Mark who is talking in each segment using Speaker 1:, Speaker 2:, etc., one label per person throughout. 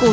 Speaker 1: 股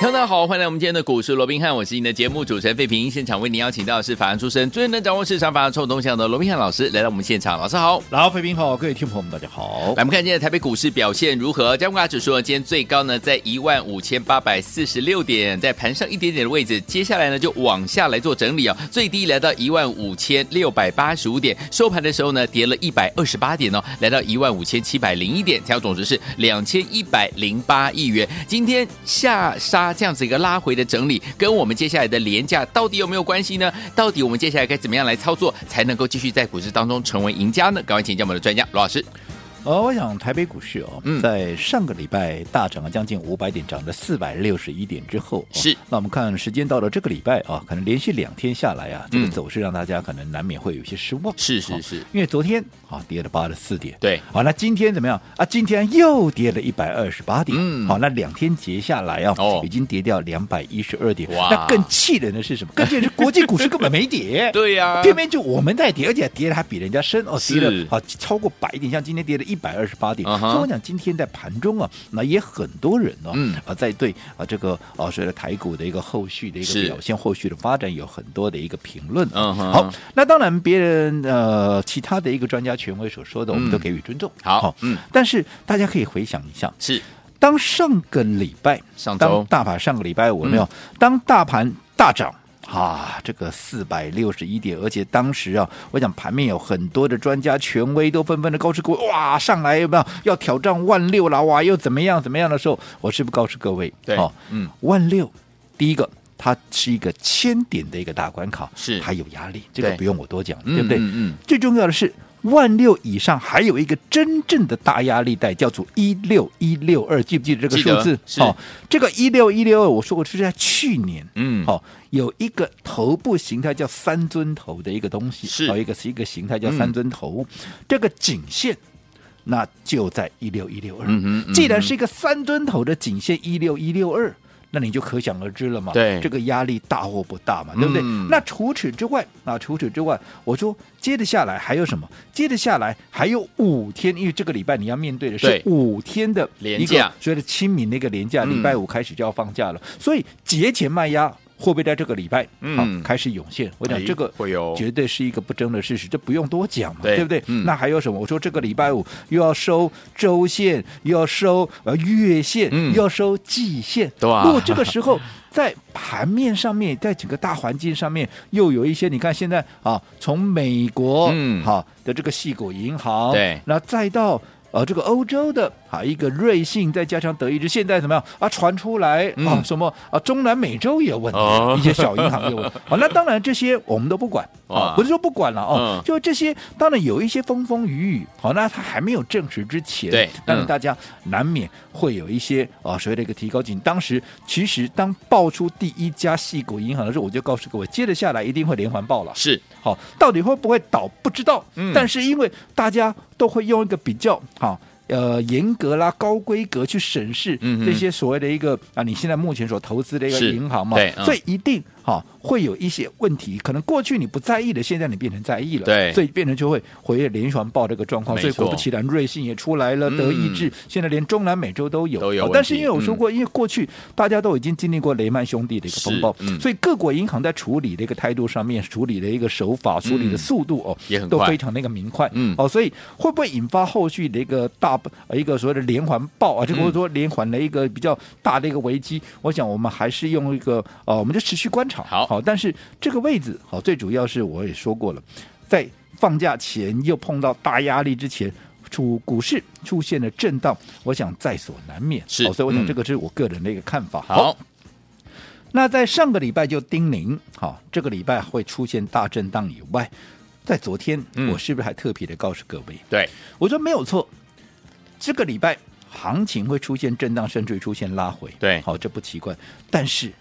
Speaker 2: 大家好，欢迎来我们今天的股市罗宾汉，我是您的节目主持人费平。现场为您邀请到的是法案出身、最能掌握市场法案臭动向的罗宾汉老师来到我们现场，老师好。
Speaker 3: 老费平好，各位听众朋友们，大家好
Speaker 2: 来，。我们看今天的台北股市表现如何？加权指数呢，今天最高呢在一万五千八百四十六点，在盘上一点点的位置，接下来呢就往下来做整理哦，最低来到一万五千六百八十五点，收盘的时候呢跌了一百二十八点哦，来到一万五千七百零一点，成交总值是两千一百零八亿元。今天下杀这样子一个拉回的整理，跟我们接下来的廉价到底有没有关系呢？到底我们接下来该怎么样来操作，才能够继续在股市当中成为赢家呢？赶快请教我们的专家罗老师。
Speaker 3: 呃，我想台北股市哦，
Speaker 2: 嗯
Speaker 3: 在上个礼拜大涨了将近五百点，涨了四百六十一点之后、哦
Speaker 2: 是
Speaker 3: 那我们看时间到了这个礼拜啊，可能连续两天下来啊，这个
Speaker 2: 嗯
Speaker 3: 走势让大家可能难免会有一些失望。
Speaker 2: 是是
Speaker 3: 哦
Speaker 2: 是
Speaker 3: 因为昨天啊跌了八十四点，
Speaker 2: 对
Speaker 3: 好，那今天怎么样啊？今天又跌了一百二十八点，
Speaker 2: 嗯
Speaker 3: 好，那两天结下来啊，
Speaker 2: 哦
Speaker 3: 已经跌掉两百一十二点，
Speaker 2: 哇
Speaker 3: 那更气人的是什么？更气人是国际股市根本没跌， 对
Speaker 2: 对呀、
Speaker 3: 偏偏就我们在跌，而且跌的还比人家深哦，
Speaker 2: 啊是
Speaker 3: 跌了啊超过百点，像今天跌了一百二十八点。
Speaker 2: 嗯哼
Speaker 3: 所以我讲今天在盘中啊，那也很多人哦，
Speaker 2: 嗯
Speaker 3: 啊在对啊这个啊随着台股的一个后续的一个
Speaker 2: 是
Speaker 3: 表现、后续的发展有很多的一个评论。啊
Speaker 2: 嗯哼
Speaker 3: 好，那当然别人呃其他的一个专家权威所说的，我们都给予尊重。
Speaker 2: 好嗯，
Speaker 3: 但是大家可以回想一下，
Speaker 2: 是
Speaker 3: 当上个礼拜，
Speaker 2: 上周嗯
Speaker 3: 当大盘上个礼拜五有没有，当大盘大涨。啊，这个四百六十一点，而且当时啊，我想盘面有很多的专家权威都纷纷的告诉各位，哇，上来有没有要挑战万六了？哇，又怎么样怎么样的时候，我是不是告诉各位？
Speaker 2: 对
Speaker 3: 哦，
Speaker 2: 嗯，
Speaker 3: 万六，第一个。它是一个千点的一个大关卡，
Speaker 2: 是
Speaker 3: 还有压力，这个
Speaker 2: 对
Speaker 3: 不用我多讲，
Speaker 2: 嗯
Speaker 3: 对不对？
Speaker 2: 嗯嗯
Speaker 3: 最重要的是，万六以上还有一个真正的大压力带，叫做一六一六二，记不记得这个
Speaker 2: 记得
Speaker 3: 数字？哦
Speaker 2: 是，
Speaker 3: 这个一六一六二，我说过，就是在去年，
Speaker 2: 嗯
Speaker 3: 好、哦有一个头部形态叫三尊头的一个东西，
Speaker 2: 是
Speaker 3: 好一个是一个形态叫
Speaker 2: 嗯
Speaker 3: 三尊头，这个颈线。那就在一六一六
Speaker 2: 嗯哼嗯
Speaker 3: 二，
Speaker 2: 哼
Speaker 3: 既然是一个三尊头的颈线一六一六二，那你就可想而知了嘛。
Speaker 2: 对
Speaker 3: 这个压力大或不大嘛，对不对？
Speaker 2: 嗯
Speaker 3: 那除此之外啊，除此之外，我说接着下来还有什么？接着下来还有五天，因为这个礼拜你要面对的是
Speaker 2: 对
Speaker 3: 五天的一个
Speaker 2: 连假
Speaker 3: 所谓的清明的一个连假，
Speaker 2: 嗯
Speaker 3: 礼拜五开始就要放假了，所以节前卖压会不会在这个礼拜
Speaker 2: 嗯
Speaker 3: 好开始涌现？我讲
Speaker 2: 哎
Speaker 3: 这个
Speaker 2: 会有
Speaker 3: 绝对是一个不争的事实，这不用多讲嘛，
Speaker 2: 对
Speaker 3: 不对？
Speaker 2: 嗯
Speaker 3: 那还有什么？我说这个礼拜五又要收周线，又要收呃月线，
Speaker 2: 嗯
Speaker 3: 又要收季线，
Speaker 2: 对啊
Speaker 3: 如果这个时候 在盘面上面，在整个大环境上面，又有一些你看现在啊，从美国
Speaker 2: 嗯
Speaker 3: 好、的这个系股银行，
Speaker 2: 对
Speaker 3: 那再到。呃，这个欧洲的啊，一个瑞信，再加上德意志，现在怎么样啊？传出来、
Speaker 2: 嗯
Speaker 3: 啊，什么啊？中南美洲也有问题，
Speaker 2: 哦
Speaker 3: 一些小银 行也有问题。啊，那当然这些我们都不管
Speaker 2: 哇
Speaker 3: 啊，不是说不管了哦，
Speaker 2: 嗯
Speaker 3: 就这些当然有一些风风雨雨。好、那它还没有证实之前，
Speaker 2: 对嗯
Speaker 3: 当然大家难免会有一些啊所谓的一个提高警。当时其实当爆出第一家系股银行的时候，我就告诉各位，接着下来一定会连环爆了。
Speaker 2: 是
Speaker 3: 好，到底会不会倒不知道，
Speaker 2: 嗯
Speaker 3: 但是因为大家都会用一个比较好。呃，严格啦，高规格去审视
Speaker 2: 嗯哼
Speaker 3: 这些所谓的一个、啊，你现在目前所投资的一个
Speaker 2: 是
Speaker 3: 银行嘛，
Speaker 2: 对嗯
Speaker 3: 所以一定哈、会有一些问题，可能过去你不在意的，现在你变成在意了，
Speaker 2: 对
Speaker 3: 所以变成就会回夜连环爆这个状况，
Speaker 2: 没
Speaker 3: 所以果
Speaker 2: 错
Speaker 3: 不其然，瑞信也出来了，
Speaker 2: 嗯
Speaker 3: 德意志现在连中南美洲都有，
Speaker 2: 都有
Speaker 3: 好
Speaker 2: 问
Speaker 3: 但是
Speaker 2: 题
Speaker 3: 因为我说
Speaker 2: 嗯
Speaker 3: 过，因为过去大家都已经经历过雷曼兄弟的一个风暴，
Speaker 2: 是嗯
Speaker 3: 所以各国银行在处理的一个态度上面，处理的一个手法，处理的速度哦，
Speaker 2: 嗯也很
Speaker 3: 都
Speaker 2: 快
Speaker 3: 非常那个明快，
Speaker 2: 嗯
Speaker 3: 哦，所以会不会引发后续的一个大呃一个所谓的连环爆啊，这
Speaker 2: 嗯
Speaker 3: 个或者说连环的一个比较大的一个危机？我想我们还是用一个呃，我们就持续观察，
Speaker 2: 好
Speaker 3: 好，但是这个位置好，最主要是我也说过了，在放假前又碰到大压力之前。出股市出现了震荡，我想在所难免。
Speaker 2: 是
Speaker 3: 好所以我想
Speaker 2: 嗯
Speaker 3: 这个是我个人的一个看法。
Speaker 2: 好，
Speaker 3: 那在上个礼拜就叮咛，好、这个礼拜会出现大震荡以外，在昨天、
Speaker 2: 嗯
Speaker 3: 我是不是还特别的告诉各位，
Speaker 2: 对，
Speaker 3: 我说没有错，这个礼拜行情会出现震荡，甚至于出现拉回，
Speaker 2: 对
Speaker 3: 好、这不奇怪，但是。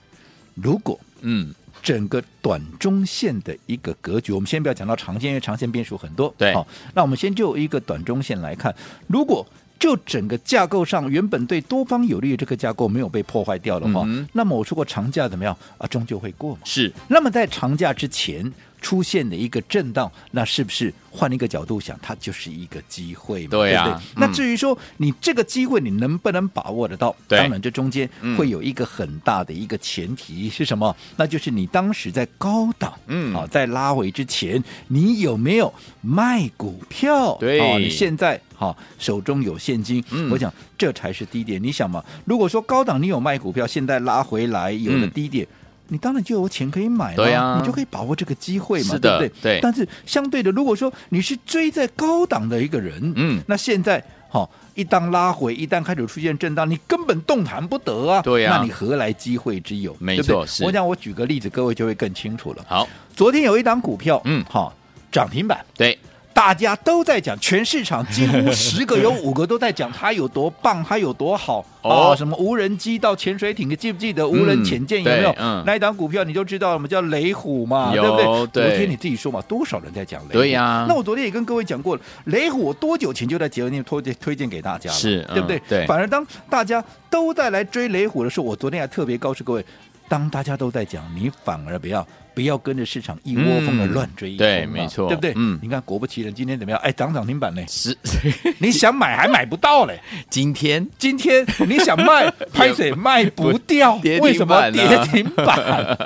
Speaker 3: 如果
Speaker 2: 嗯，
Speaker 3: 整个短中线的一个格局，我们先不要讲到长线，因为长线变数很多。
Speaker 2: 对
Speaker 3: 好，那我们先就一个短中线来看，如果就整个架构上原本对多方有利的这个架构没有被破坏掉的话，
Speaker 2: 嗯哼
Speaker 3: 那么我说过长假怎么样啊，终究会过嘛。
Speaker 2: 是
Speaker 3: 那么在长假之前出现的一个震荡，那是不是换一个角度想，它就是一个机会嘛？
Speaker 2: 对啊
Speaker 3: 不
Speaker 2: 嗯
Speaker 3: 那至于说你这个机会你能不能把握得到，
Speaker 2: 对
Speaker 3: 当然这中间
Speaker 2: 嗯
Speaker 3: 会有一个很大的一个前提是什么？那就是你当时在高档，
Speaker 2: 嗯
Speaker 3: 好、在拉回之前，你有没有卖股票？
Speaker 2: 对
Speaker 3: 哦，你现在好、手中有现金，
Speaker 2: 嗯
Speaker 3: 我讲这才是低点。你想嘛，如果说高档你有卖股票，现在拉回来有了
Speaker 2: 嗯
Speaker 3: 低点。你当然就有钱可以买了，
Speaker 2: 对啊
Speaker 3: 你就可以把握这个机会嘛，
Speaker 2: 是的
Speaker 3: 对不
Speaker 2: 对
Speaker 3: 对？但是相对的，如果说你是追在高档的一个人，
Speaker 2: 嗯
Speaker 3: 那现在好、一旦拉回，一旦开始出现震荡，你根本动弹不得啊，
Speaker 2: 对啊
Speaker 3: 那你何来机会之有？
Speaker 2: 没
Speaker 3: 对不对
Speaker 2: 错是
Speaker 3: 我想我举个例子，各位就会更清楚了。
Speaker 2: 好，
Speaker 3: 昨天有一档股票，
Speaker 2: 嗯
Speaker 3: 好、涨停板，
Speaker 2: 对，
Speaker 3: 大家都在讲，全市场几乎十个有五个都在讲它有多棒，它有多好
Speaker 2: 哦
Speaker 3: 啊！什么无人机到潜水艇，记不记得无人潜舰有没有
Speaker 2: 对？嗯
Speaker 3: 那一档股票你就知道了嘛，叫雷虎嘛，
Speaker 2: 有
Speaker 3: 对不对？
Speaker 2: 对
Speaker 3: 昨天你自己说嘛，多少人在讲雷虎？
Speaker 2: 对呀
Speaker 3: 那我昨天也跟各位讲过了，雷虎我多久前就在节目里面推荐推荐给大家了，
Speaker 2: 是嗯
Speaker 3: 对不对？
Speaker 2: 对
Speaker 3: 反而当大家都在来追雷虎的时候，我昨天还特别告诉各位，当大家都在讲，你反而不要。不要跟着市场一窝蜂的
Speaker 2: 嗯
Speaker 3: 乱追一通嘛、
Speaker 2: 对没错
Speaker 3: 对不对？
Speaker 2: 嗯！
Speaker 3: 你看，果不其然，今天怎么样？哎，涨涨停板嘞
Speaker 2: 是
Speaker 3: 你想买还买不到嘞。
Speaker 2: 今天
Speaker 3: 今天你想卖，拍水卖不掉，
Speaker 2: 跌停
Speaker 3: 为什么
Speaker 2: 板
Speaker 3: 跌
Speaker 2: 啊
Speaker 3: 停板？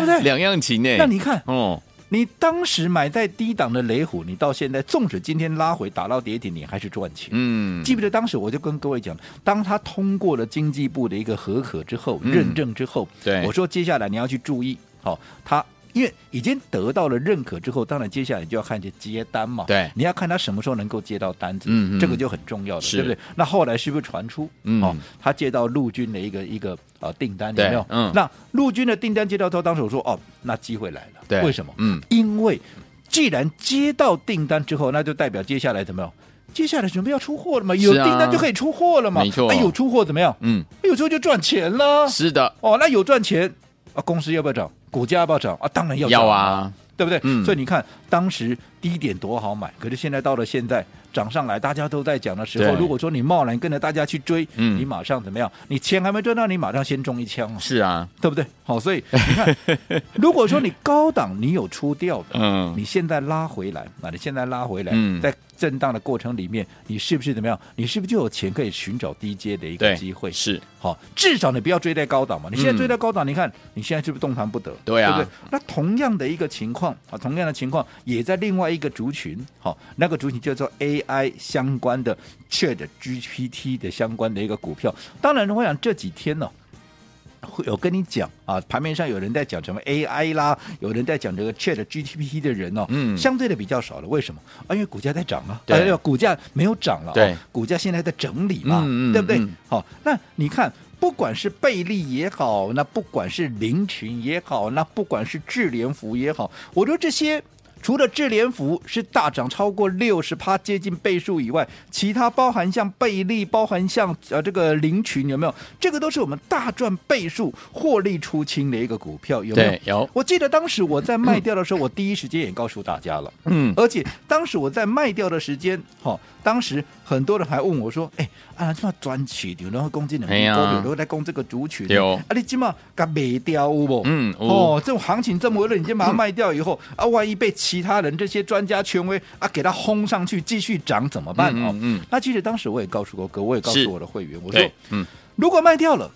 Speaker 3: 不对？
Speaker 2: 两样情呢。
Speaker 3: 哎那你看，
Speaker 2: 哦，
Speaker 3: 你当时买在低档的雷虎，你到现在，纵使今天拉回打到跌停，你还是赚钱。
Speaker 2: 嗯，
Speaker 3: 记不记得当时我就跟各位讲，当他通过了经济部的一个合可之后，
Speaker 2: 嗯
Speaker 3: 认证之后，
Speaker 2: 对
Speaker 3: 我说接下来你要去注意，好、他。因为已经得到了认可之后，当然接下来就要看这接单嘛。
Speaker 2: 对
Speaker 3: 你要看他什么时候能够接到单子，
Speaker 2: 哎嗯嗯
Speaker 3: 这个就很重要的，
Speaker 2: 是
Speaker 3: 对不对？那后来是不是传出，
Speaker 2: 嗯
Speaker 3: 哦，他接到陆军的一个一个呃订单，有
Speaker 2: 对
Speaker 3: 没有？
Speaker 2: 嗯
Speaker 3: 那陆军的订单接到之后，当时我说，哦，那机会来了。
Speaker 2: 对
Speaker 3: 为什么？
Speaker 2: 嗯，
Speaker 3: 因为既然接到订单之后，那就代表接下来怎么样？接下来准备要出货了嘛，有
Speaker 2: 是啊
Speaker 3: 订单就可以出货了嘛，
Speaker 2: 没错
Speaker 3: 那有出货怎么样？哎
Speaker 2: 嗯，
Speaker 3: 有出货就赚钱了。
Speaker 2: 是的，
Speaker 3: 哦，那有赚钱啊，公司要不要涨？股价要不要涨啊？当然要涨
Speaker 2: 要，啊，
Speaker 3: 对不对？
Speaker 2: 嗯
Speaker 3: 所以你看当时低点多好买，可是现在到了现在涨上来，大家都在讲的时候，
Speaker 2: 对
Speaker 3: 如果说你贸然跟着大家去追，
Speaker 2: 嗯
Speaker 3: 你马上怎么样？你钱还没赚到，你马上先中一枪啊，
Speaker 2: 是啊，
Speaker 3: 对 不对？好，所以你看，如果说你高档你有出掉的，
Speaker 2: 嗯，
Speaker 3: 你现在拉回来，啊，你现在拉回来，
Speaker 2: 嗯
Speaker 3: 在震荡的过程里面，你是不是怎么样？你是不是就有钱可以寻找低阶的一个
Speaker 2: 对，
Speaker 3: 机会？
Speaker 2: 是
Speaker 3: 好、至少你不要追在高档嘛。你现在
Speaker 2: 嗯
Speaker 3: 追在高档，你看你现在是不是动弹不得？
Speaker 2: 对啊
Speaker 3: 对不对？那同样的一个情况啊，同样的情况也在另外一个族群，好、那个族群叫做 AI 相关的 Chat GPT 的相关的一个股票。当然，我想这几天呢、会有跟你讲啊，盘面上有人在讲什么 AI 啦，有人在讲这个 Chat GPT 的人哦，
Speaker 2: 嗯
Speaker 3: 相对的比较少了。为什么？啊，因为股价在涨啊，
Speaker 2: 对
Speaker 3: 哎呦，股价没有涨了、哦，
Speaker 2: 对，
Speaker 3: 股价现在在整理嘛，
Speaker 2: 嗯嗯
Speaker 3: 对不对？
Speaker 2: 嗯
Speaker 3: 好，那你看，不管是贝利也好，那不管是林群也好，那不管是智联福也好，我说这些。除了智联福是大涨超过六十趴，接近倍数以外，其他包含像贝利，包含像呃这个林群有没有？这个都是我们大赚倍数、获利出清的一个股票，有没有
Speaker 2: 对？，有，
Speaker 3: 我记得当时我在卖掉的时候，我第一时间也告诉大家了。
Speaker 2: 嗯，
Speaker 3: 而且当时我在卖掉的时间，哈、当时很多人还问我说：“哎、啊，这么专取牛，然后攻击两
Speaker 2: 哎呀
Speaker 3: 股票，都在攻这个族群，
Speaker 2: 对哦
Speaker 3: 啊，你起码给卖掉有无？
Speaker 2: 嗯有嗯
Speaker 3: 哦，这种行情这么热，你先把它卖掉以后、啊，万一被其他人这些专家权威啊给它轰上去，继续涨怎么办
Speaker 2: 嗯
Speaker 3: 哦？
Speaker 2: 嗯嗯
Speaker 3: 那其实当时我也告诉过哥，我也告
Speaker 2: 是
Speaker 3: 诉我的会员，我说
Speaker 2: 对，嗯
Speaker 3: 如果卖掉了，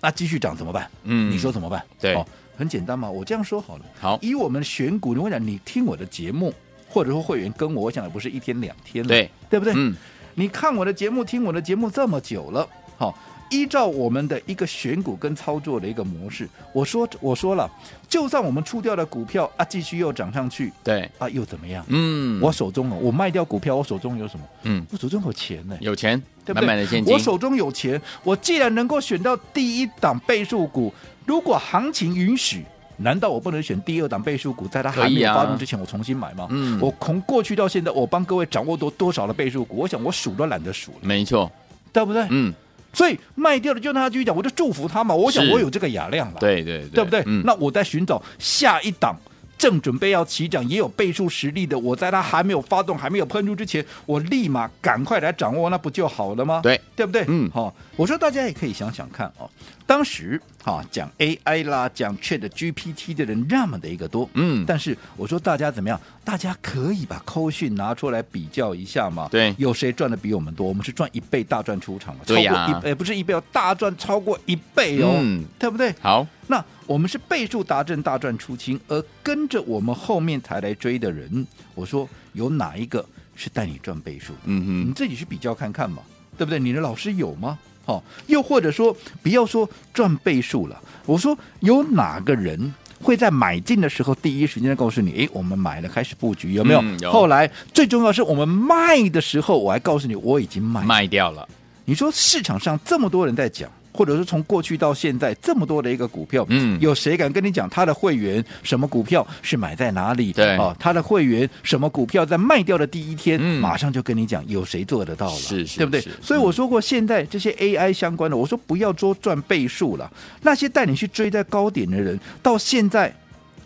Speaker 3: 那继续涨怎么办？
Speaker 2: 嗯，
Speaker 3: 你说怎么办？
Speaker 2: 对
Speaker 3: 哦，很简单嘛，我这样说好了。
Speaker 2: 好，
Speaker 3: 以我们选股，我讲你听我的节目，或者说会员跟我，我想也不是一天两天了，
Speaker 2: 对
Speaker 3: 对不对？
Speaker 2: 嗯，
Speaker 3: 你看我的节目，听我的节目这么久了，好、依照我们的一个选股跟操作的一个模式，我说我说了，就算我们出掉的股票啊，继续又涨上去
Speaker 2: 对，
Speaker 3: 啊，又怎么样？
Speaker 2: 嗯，
Speaker 3: 我手中哦，我卖掉股票，我手中有什么？
Speaker 2: 嗯
Speaker 3: 我手中有钱呢、
Speaker 2: 有钱，
Speaker 3: 对不
Speaker 2: 满
Speaker 3: 对？
Speaker 2: 满的现金
Speaker 3: 我，手中有钱，我既然能够选到第一档倍数股，如果行情允许。难道我不能选第二档倍数股，在它还
Speaker 2: 可
Speaker 3: 没
Speaker 2: 以啊
Speaker 3: 有发动之前，我重新买吗？
Speaker 2: 嗯
Speaker 3: 我从过去到现在，我帮各位掌握多多少的倍数股，我想我数都懒得数了，
Speaker 2: 没错，
Speaker 3: 对不对？
Speaker 2: 嗯，
Speaker 3: 所以卖掉了就让他继续讲，我就祝福他嘛。我想
Speaker 2: 是
Speaker 3: 我有这个雅量了，
Speaker 2: 对对对，
Speaker 3: 对不对？
Speaker 2: 嗯，
Speaker 3: 那我在寻找下一档。正准备要起涨，也有倍数实力的，我在它还没有发动、还没有喷出之前，我立马赶快来掌握，那不就好了吗？
Speaker 2: 对
Speaker 3: 对不对？
Speaker 2: 嗯
Speaker 3: 好、我说大家也可以想想看哦，当时哈、讲 AI 啦，讲 Chat GPT 的人那么的一个多，
Speaker 2: 嗯
Speaker 3: 但是我说大家怎么样？大家可以把扣讯拿出来比较一下嘛？
Speaker 2: 对
Speaker 3: 有谁赚的比我们多？我们是赚一倍大赚出场了，
Speaker 2: 对
Speaker 3: 超过
Speaker 2: 呀
Speaker 3: 一倍，呃不是一倍哦，大赚超过一倍哦，
Speaker 2: 嗯
Speaker 3: 对不对？
Speaker 2: 好，
Speaker 3: 那我们是倍数达阵大赚出清，而跟着我们后面才来追的人，我说有哪一个是带你赚倍数的？你
Speaker 2: 嗯
Speaker 3: 自己去比较看看嘛，对不对？你的老师有吗？好、又或者说，不要说赚倍数了，我说有哪个人？会在买进的时候第一时间告诉你，诶，我们买了，开始布局，有没有？
Speaker 2: 嗯有
Speaker 3: 后来最重要是我们卖的时候，我还告诉你我已经卖
Speaker 2: 哼，
Speaker 3: 了
Speaker 2: 卖掉了，
Speaker 3: 你说市场上这么多人在讲，或者是从过去到现在这么多的一个股票，
Speaker 2: 嗯
Speaker 3: 有谁敢跟你讲他的会员什么股票是买在哪里？
Speaker 2: 对
Speaker 3: 哦，他的会员什么股票在卖掉的第一天，
Speaker 2: 嗯
Speaker 3: 马上就跟你讲，有谁做得到了？
Speaker 2: 是是
Speaker 3: 对不对
Speaker 2: 是？
Speaker 3: 所以我说过，现在这些 AI 相关的，我说不要说赚倍数了，那些带你去追在高点的人，到现在。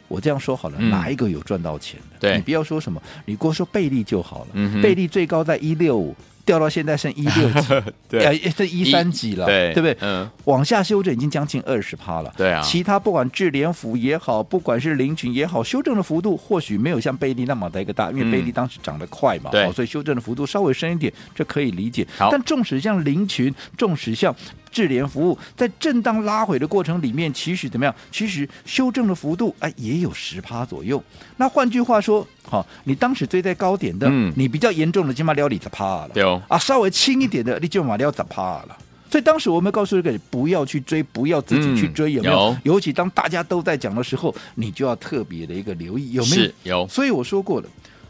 Speaker 3: 我这样说好了，
Speaker 2: 嗯
Speaker 3: 哪一个有赚到钱的？
Speaker 2: 对
Speaker 3: 你不要说什么，你光说倍利就好了。
Speaker 2: 嗯哼
Speaker 3: 倍利最高在一六五，掉到现在剩一六 几，呃，这一三级了，
Speaker 2: 对
Speaker 3: 不对？
Speaker 2: 嗯，
Speaker 3: 往下修正已经将近二十趴了。
Speaker 2: 对啊
Speaker 3: 其他不管智联府也好，不管是林群也好，修正的幅度或许没有像贝利那么的一个大，因为
Speaker 2: 嗯
Speaker 3: 贝利当时涨得快嘛，
Speaker 2: 对
Speaker 3: 哦所以修正的幅度稍微深一点，这可以理解
Speaker 2: 好。
Speaker 3: 但纵使像林群，纵使像智联服务，在震荡拉回的过程里面，其实怎么样？其实修正的幅度哎也有十趴左右。那换句话说，好、你当时追在高点的，
Speaker 2: 嗯
Speaker 3: 你比较严重的起码撩你的趴了，
Speaker 2: 对哦
Speaker 3: 啊，稍微轻一点的，你就马上要砸趴了。所以当时我们告诉这个人不要去追，不要自己去追，
Speaker 2: 嗯
Speaker 3: 有没有？
Speaker 2: 有
Speaker 3: 尤其当大家都在讲的时候，你就要特别的一个留意，有没有
Speaker 2: 是？有
Speaker 3: 所以我说过了，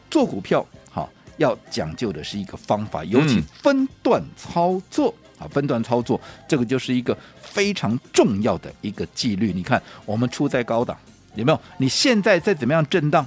Speaker 3: 做股票好要讲究的是一个方
Speaker 2: 嗯
Speaker 3: 法，尤其分段操作。啊，分段操作，这个就是一个非常重要的一个纪律。你看，我们出在高档，有没有？你现在再怎么样震荡，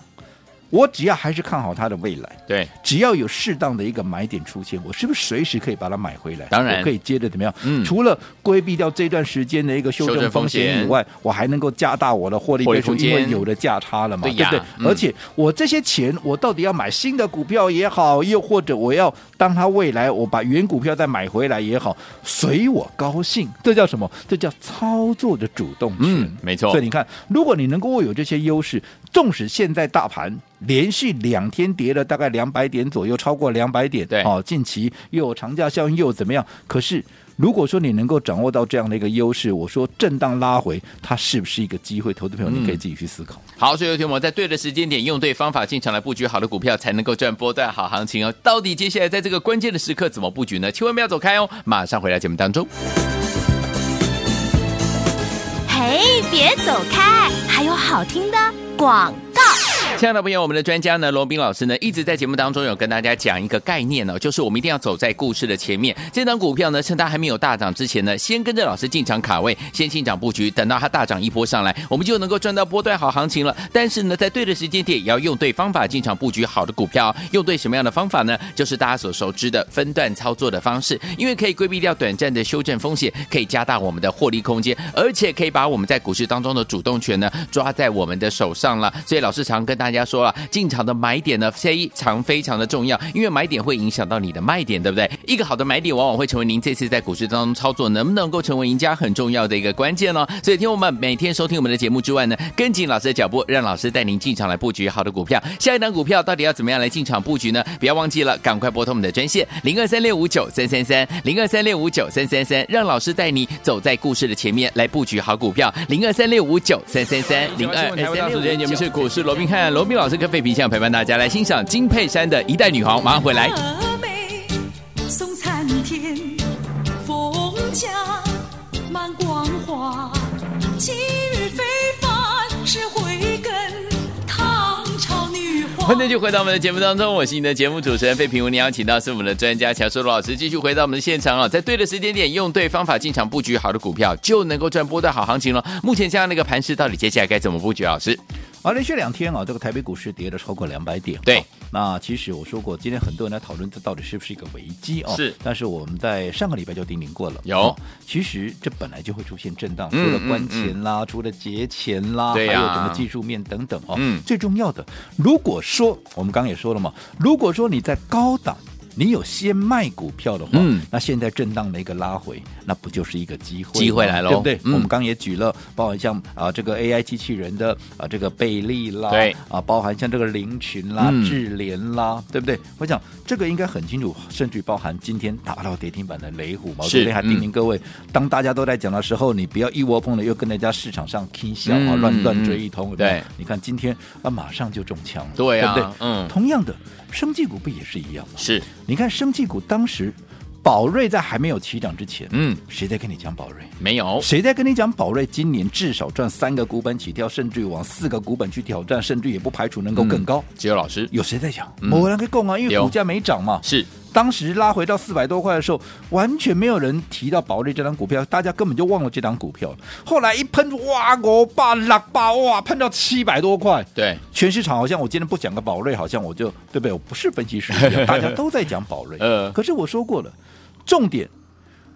Speaker 3: 我只要还是看好它的未来，
Speaker 2: 对，
Speaker 3: 只要有适当的一个买点出现，我是不是随时可以把它买回来？
Speaker 2: 当然
Speaker 3: 我可以接着怎么样？
Speaker 2: 嗯
Speaker 3: 除了规避掉这段时间的一个修
Speaker 2: 修正
Speaker 3: 正
Speaker 2: 风
Speaker 3: 风
Speaker 2: 险
Speaker 3: 险以外，我还能够加大我的获利
Speaker 2: 获利
Speaker 3: 倍数，
Speaker 2: 空间
Speaker 3: 因为有的价差了嘛，
Speaker 2: 对
Speaker 3: 对
Speaker 2: 呀
Speaker 3: 不对？
Speaker 2: 嗯
Speaker 3: 而且我这些钱，我到底要买新的股票也好，又或者我要当它未来我把原股票再买回来也好，随我高兴，这叫什么？这叫操作的主动权。
Speaker 2: 嗯，没错
Speaker 3: 所以，你看，如果你能够有这些优势，纵使现在大盘连续两天跌了大概两百点左右，超过两百点，
Speaker 2: 对
Speaker 3: 哦，近期又有长假效应，又有怎么样？可是。如果说你能够掌握到这样的一个优势，我说震荡拉回，它是不是一个机会？投资朋友，
Speaker 2: 嗯
Speaker 3: 你可以自己去思考。
Speaker 2: 好，所以有天我们在对的时间点用对方法进场来布局好的股票，才能够赚波段好行情哦。到底接下来在这个关键的时刻怎么布局呢？千万不要走开哦，马上回来节目当中。
Speaker 1: 嘿，别走开，还有好听的广告。
Speaker 2: 亲爱的朋友，我们的专家呢，罗斌老师呢，一直在节目当中有跟大家讲一个概念哦，就是我们一定要走在故事的前面。这张股票呢，趁它还没有大涨之前呢，先跟着老师进场卡位，先进场布局，等到它大涨一波上来，我们就能够赚到波段好行情了。但是呢，在对的时间点，也要用对方法进场布局好的股票哦、用对什么样的方法呢？就是大家所熟知的分段操作的方式，因为可以规避掉短暂的修正风险，可以加大我们的获利空间，而且可以把我们在股市当中的主动权呢抓在我们的手上了。所以老师常跟大家说啊，进场的买点呢非常非常的重要，因为买点会影响到你的卖点，对不对？一个好的买点往往会成为您这次在股市当中操作能不能够成为赢家很重要的一个关键哦。所以听我们每天收听我们的节目之外呢，跟紧老师的脚步，让老师带您进场来布局好的股票。下一档股票到底要怎么样来进场布局呢？不要忘记了，赶快拨通我们的专线零二三六五九三三三零二三六五九三三三，让老师带你走在故事的前面来布局好股票。零二三六五九三三三零二三六五九。节目是股市罗宾汉，罗宾老师跟费皮相陪伴大家来欣赏金佩珊的一代女皇，马上回来。
Speaker 4: 峨眉送参天，风甲满光华，今日非凡是慧根，唐朝女皇。
Speaker 2: 欢迎就回到我们的节目当中，我是你的节目主持人费平。我们邀请到是我们的专家乔舒罗老师，继续回到我们的现场啊，在对的时间点，用对方法进场布局好的股票，就能够赚波段好行情了。目前这样的一个盘势，到底接下来该怎么布局？老师，
Speaker 3: 啊，连续两天啊，这个台北股市跌了超过两百点。
Speaker 2: 对
Speaker 3: 哦那其实我说过，今天很多人在讨论这到底是不是一个危机哦。
Speaker 2: 是
Speaker 3: 但是我们在上个礼拜就叮咛过了。
Speaker 2: 有
Speaker 3: 哦其实这本来就会出现震荡，除
Speaker 2: 嗯
Speaker 3: 了关前啦，除了节前啦，
Speaker 2: 对呀
Speaker 3: 还有整个技术面等等哦。
Speaker 2: 嗯
Speaker 3: 最重要的，如果说我们刚刚也说了嘛，如果说你在高档。你有先卖股票的话，
Speaker 2: 嗯
Speaker 3: 那现在震荡的一个拉回，那不就是一个机会吗？
Speaker 2: 机会来咯
Speaker 3: 对不对？
Speaker 2: 嗯
Speaker 3: 我们刚刚也举了，包含像啊这个 AI 机器人的啊这个贝利啦，
Speaker 2: 对
Speaker 3: 啊，包含像这个林群啦、
Speaker 2: 嗯
Speaker 3: 智联啦，对不对？我想这个应该很清楚，甚至包含今天打到跌停板的雷虎嘛，我
Speaker 2: 是
Speaker 3: 昨天还叮
Speaker 2: 嗯
Speaker 3: 咛各位，当大家都在讲的时候，你不要一窝蜂的又跟人家市场上 K 笑啊，
Speaker 2: 嗯
Speaker 3: 乱
Speaker 2: 嗯
Speaker 3: 乱追一通。有没有
Speaker 2: 对，
Speaker 3: 你看今天啊，马上就中枪了，
Speaker 2: 对啊
Speaker 3: 对不对？
Speaker 2: 嗯
Speaker 3: 同样的，生技股不也是一样吗？
Speaker 2: 是，
Speaker 3: 你看生技股当时宝瑞在还没有起涨之前，
Speaker 2: 嗯，
Speaker 3: 谁在跟你讲宝瑞？
Speaker 2: 没有，
Speaker 3: 谁在跟你讲宝瑞今年至少赚三个股本起跳，甚至于往四个股本去挑战，甚至也不排除能够更高？
Speaker 2: 只有老师
Speaker 3: 有谁在讲？
Speaker 2: 嗯
Speaker 3: 某人在供啊，因为
Speaker 2: 有
Speaker 3: 股价没涨嘛。
Speaker 2: 是
Speaker 3: 当时拉回到四百多块的时候，完全没有人提到宝瑞这张股票，大家根本就忘了这张股票了。后来一喷，哇，五百六百，哇，喷到七百多块。
Speaker 2: 对，
Speaker 3: 全市场好像我今天不讲个宝瑞，好像我就对不对？我不是分析师一样，大家都在讲宝瑞。
Speaker 2: 呃
Speaker 3: 可是我说过了，重点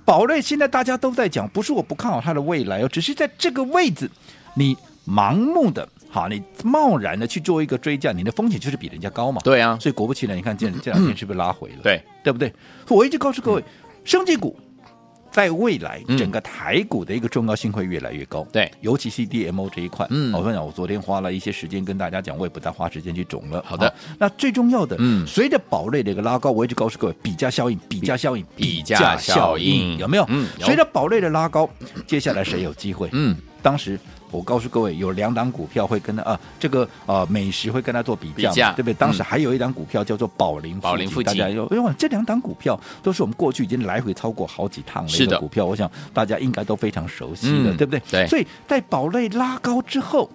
Speaker 3: 宝瑞现在大家都在讲，不是我不看好它的未来哦，只是在这个位置，你盲目的。好，你贸然的去做一个追价，你的风险就是比人家高嘛。
Speaker 2: 对啊
Speaker 3: 所以果不其然，你 看这这两天是不是拉回了？
Speaker 2: 对，
Speaker 3: 对不对？我一直告诉各位，生技股在未来
Speaker 2: 嗯
Speaker 3: 整个台股的一个重要性会越来越高。
Speaker 2: 对
Speaker 3: 尤其是 DMO 这一块，
Speaker 2: 嗯
Speaker 3: 我跟你讲，我昨天花了一些时间跟大家讲，我也不再花时间去种了。
Speaker 2: 好的
Speaker 3: 那最重要的，
Speaker 2: 嗯
Speaker 3: 随着宝瑞的一个拉高，我一直告诉各位，比价效应，比价效应，
Speaker 2: 比价效应
Speaker 3: 有没有？
Speaker 2: 嗯有
Speaker 3: 随着宝瑞的拉高，接下来谁有机会？
Speaker 2: 嗯，
Speaker 3: 当时我告诉各位，有两档股票会跟他啊，这个啊美食会跟他做比价嘛，
Speaker 2: 比价
Speaker 3: 对不对？当
Speaker 2: 嗯
Speaker 3: 时还有一档股票叫做宝林附近，
Speaker 2: 宝林附
Speaker 3: 大
Speaker 2: 近
Speaker 3: 家有，因为这两档股票都是我们过去已经来回超过好几趟的
Speaker 2: 是
Speaker 3: 一
Speaker 2: 的
Speaker 3: 个股票，我想大家应该都非常熟悉的，
Speaker 2: 嗯
Speaker 3: 对不对？
Speaker 2: 对
Speaker 3: 所以在宝瑞拉高之后，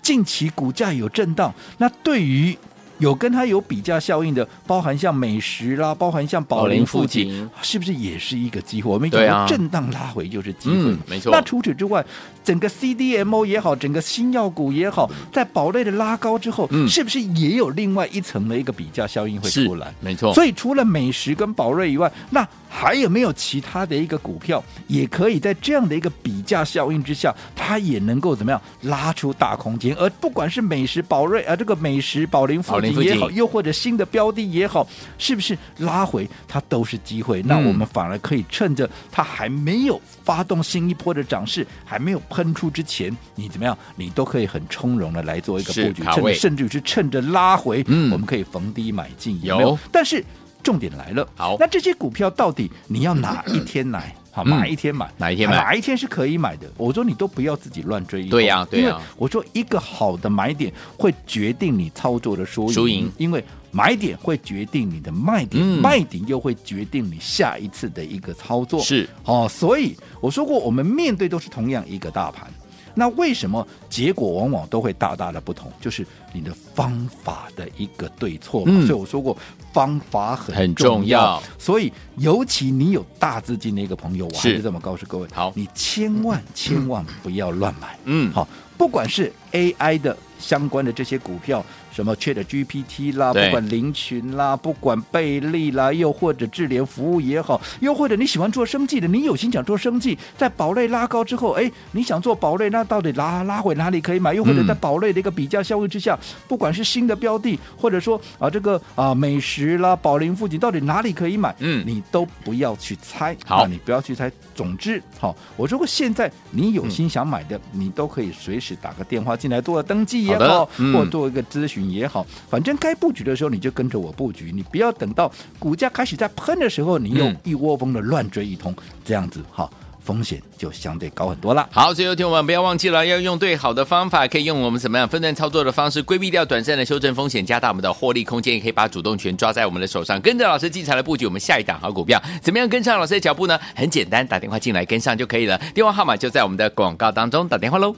Speaker 3: 近期股价有震荡，那对于有跟它有比价效应的，包含像美食啦，包含像宝林附
Speaker 2: 宝林
Speaker 3: 近
Speaker 2: 附，
Speaker 3: 是不是也是一个机会？我们讲
Speaker 2: 对啊
Speaker 3: 过震荡拉回就是机会嘛，
Speaker 2: 嗯，没错
Speaker 3: 那，除此之外，整个 CDMO 也好，整个新药股也好，在宝类的拉高之后，
Speaker 2: 嗯
Speaker 3: 是不是也有另外一层的一个比价效应会
Speaker 2: 是
Speaker 3: 出来？
Speaker 2: 没错，
Speaker 3: 所以除了美食跟宝瑞以外，那还有没有其他的一个股票也可以在这样的一个比价效应之下，它也能够怎么样拉出大空间？而不管是美食宝瑞啊，呃这个美食宝林附
Speaker 2: 宝林
Speaker 3: 近
Speaker 2: 附近
Speaker 3: 也好，又或者新的标的也好，是不是拉回它都是机会？那
Speaker 2: 嗯
Speaker 3: 我们反而可以趁着它还没有发动新一波的涨势，还没有喷出之前，你怎么样？你都可以很从容的来做一个
Speaker 2: 是
Speaker 3: 布局，
Speaker 2: 卡
Speaker 3: 趁
Speaker 2: 位
Speaker 3: 着甚至是趁着拉回，
Speaker 2: 嗯
Speaker 3: 我们可以逢低买进。
Speaker 2: 有
Speaker 3: 没但是重点来了，
Speaker 2: 好
Speaker 3: 那这些股票到底你要哪一 天买？好，
Speaker 2: 嗯
Speaker 3: 哪一天买？
Speaker 2: 哪一天买
Speaker 3: 哪一天是可以买的？我说你都不要自己乱追一通。
Speaker 2: 对呀对呀
Speaker 3: 因为我说一个好的买点会决定你操作的输赢，
Speaker 2: 输赢
Speaker 3: 因为买点会决定你的卖点，
Speaker 2: 嗯
Speaker 3: 卖点又会决定你下一次的一个操作。
Speaker 2: 是
Speaker 3: 哦，所以我说过，我们面对都是同样一个大盘。那为什么结果往往都会大大的不同？就是你的方法的一个对错嘛。
Speaker 2: 嗯
Speaker 3: 所以我说过，方法很
Speaker 2: 很重
Speaker 3: 重
Speaker 2: 要
Speaker 3: 所以，尤其你有大资金的一个朋友，我还
Speaker 2: 是
Speaker 3: 是这么告诉各位：
Speaker 2: 好
Speaker 3: 你千万千万不要乱买。
Speaker 2: 嗯，
Speaker 3: 好，不管是 AI 的相关的这些股票，什么 Chat GPT 啦，不
Speaker 2: 对
Speaker 3: 管林群啦，不管贝利啦，又或者智联服务也好，又或者你喜欢做生计的，你有心想做生计，在宝类拉高之后，哎，你想做宝类，那到底拉拉回哪里可以买？又或者
Speaker 2: 嗯
Speaker 3: 在宝类的一个比价效应之下，不管是新的标的，或者说啊这个啊美食啦、宝林附近，到底哪里可以买？
Speaker 2: 嗯
Speaker 3: 你都不要去猜，
Speaker 2: 好
Speaker 3: 那你不要去猜。总之，好、我说过，现在你有心想买的，你都可以随时打个电话进来做个登记也
Speaker 2: 好
Speaker 3: 好
Speaker 2: 的，嗯
Speaker 3: 或做一个咨询也好，反正该布局的时候你就跟着我布局，你不要等到股价开始在喷的时候，你又
Speaker 2: 嗯
Speaker 3: 一窝蜂的乱追一通，这样子哈、风险就相对高很多啦。
Speaker 2: 好，所以有听我们不要忘记了，要用对好的方法，可以用我们怎么样分段操作的方式，规避掉短暂的修正风险，加大我们的获利空间，也可以把主动权抓在我们的手上，跟着老师精彩的布局我们下一档好股票。怎么样跟上老师的脚步呢？很简单，打电话进来跟上就可以了，电话号码就在我们的广告当中，打电话喽。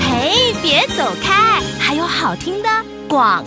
Speaker 1: 嘿，别走开，还有好听的广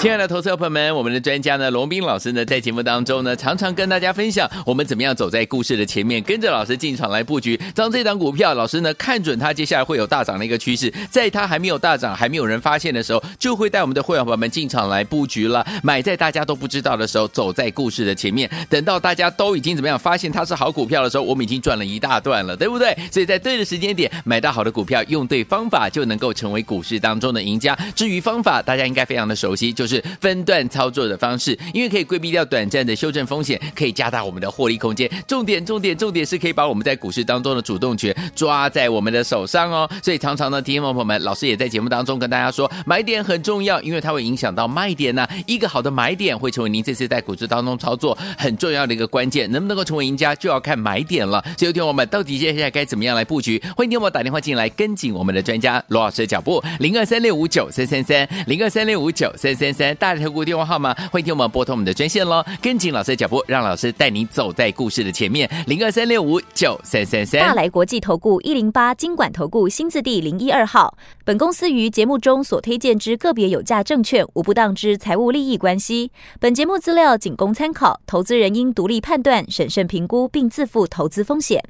Speaker 2: 亲爱的投资者朋友们，我们的专家呢，龙斌老师呢，在节目当中呢，常常跟大家分享我们怎么样走在故事的前面，跟着老师进场来布局。当这档股票，老师呢看准它接下来会有大涨的一个趋势，在它还没有大涨、还没有人发现的时候，就会带我们的会员朋友们进场来布局了，买在大家都不知道的时候，走在故事的前面。等到大家都已经怎么样发现它是好股票的时候，我们已经赚了一大段了，对不对？所以在对的时间点买到好的股票，用对方法就能够成为股市当中的赢家。至于方法，大家应该非常的熟悉，就是分段操作的方式，因为可以规避掉短暂的修正风险，可以加大我们的获利空间。重点，重点，重点是可以把我们在股市当中的主动权抓在我们的手上哦。所以常常呢，听众朋友们，老师也在节目当中跟大家说，买点很重要，因为它会影响到卖点呐、一个好的买点会成为您这次在股市当中操作很重要的一个关键，能不能够成为赢家，就要看买点了。所以，听我们到底接下来该怎么样来布局？欢迎听我们打电话进来，跟紧我们的专家罗老师的脚步，零二三六五九三三三，零二三六五九三三三，大头股电话号码，欢迎听我们拨通我们的专线喽，跟紧老师的脚步，让老师带你走在故事的前面，零二三六五九三三三。
Speaker 5: 大来国际投顾一零八金管投顾新字第零一二号。本公司于节目中所推荐之个别有价证券，无不当之财务利益关系。本节目资料仅供参考，投资人应独立判断、审慎评估，并自负投资风险。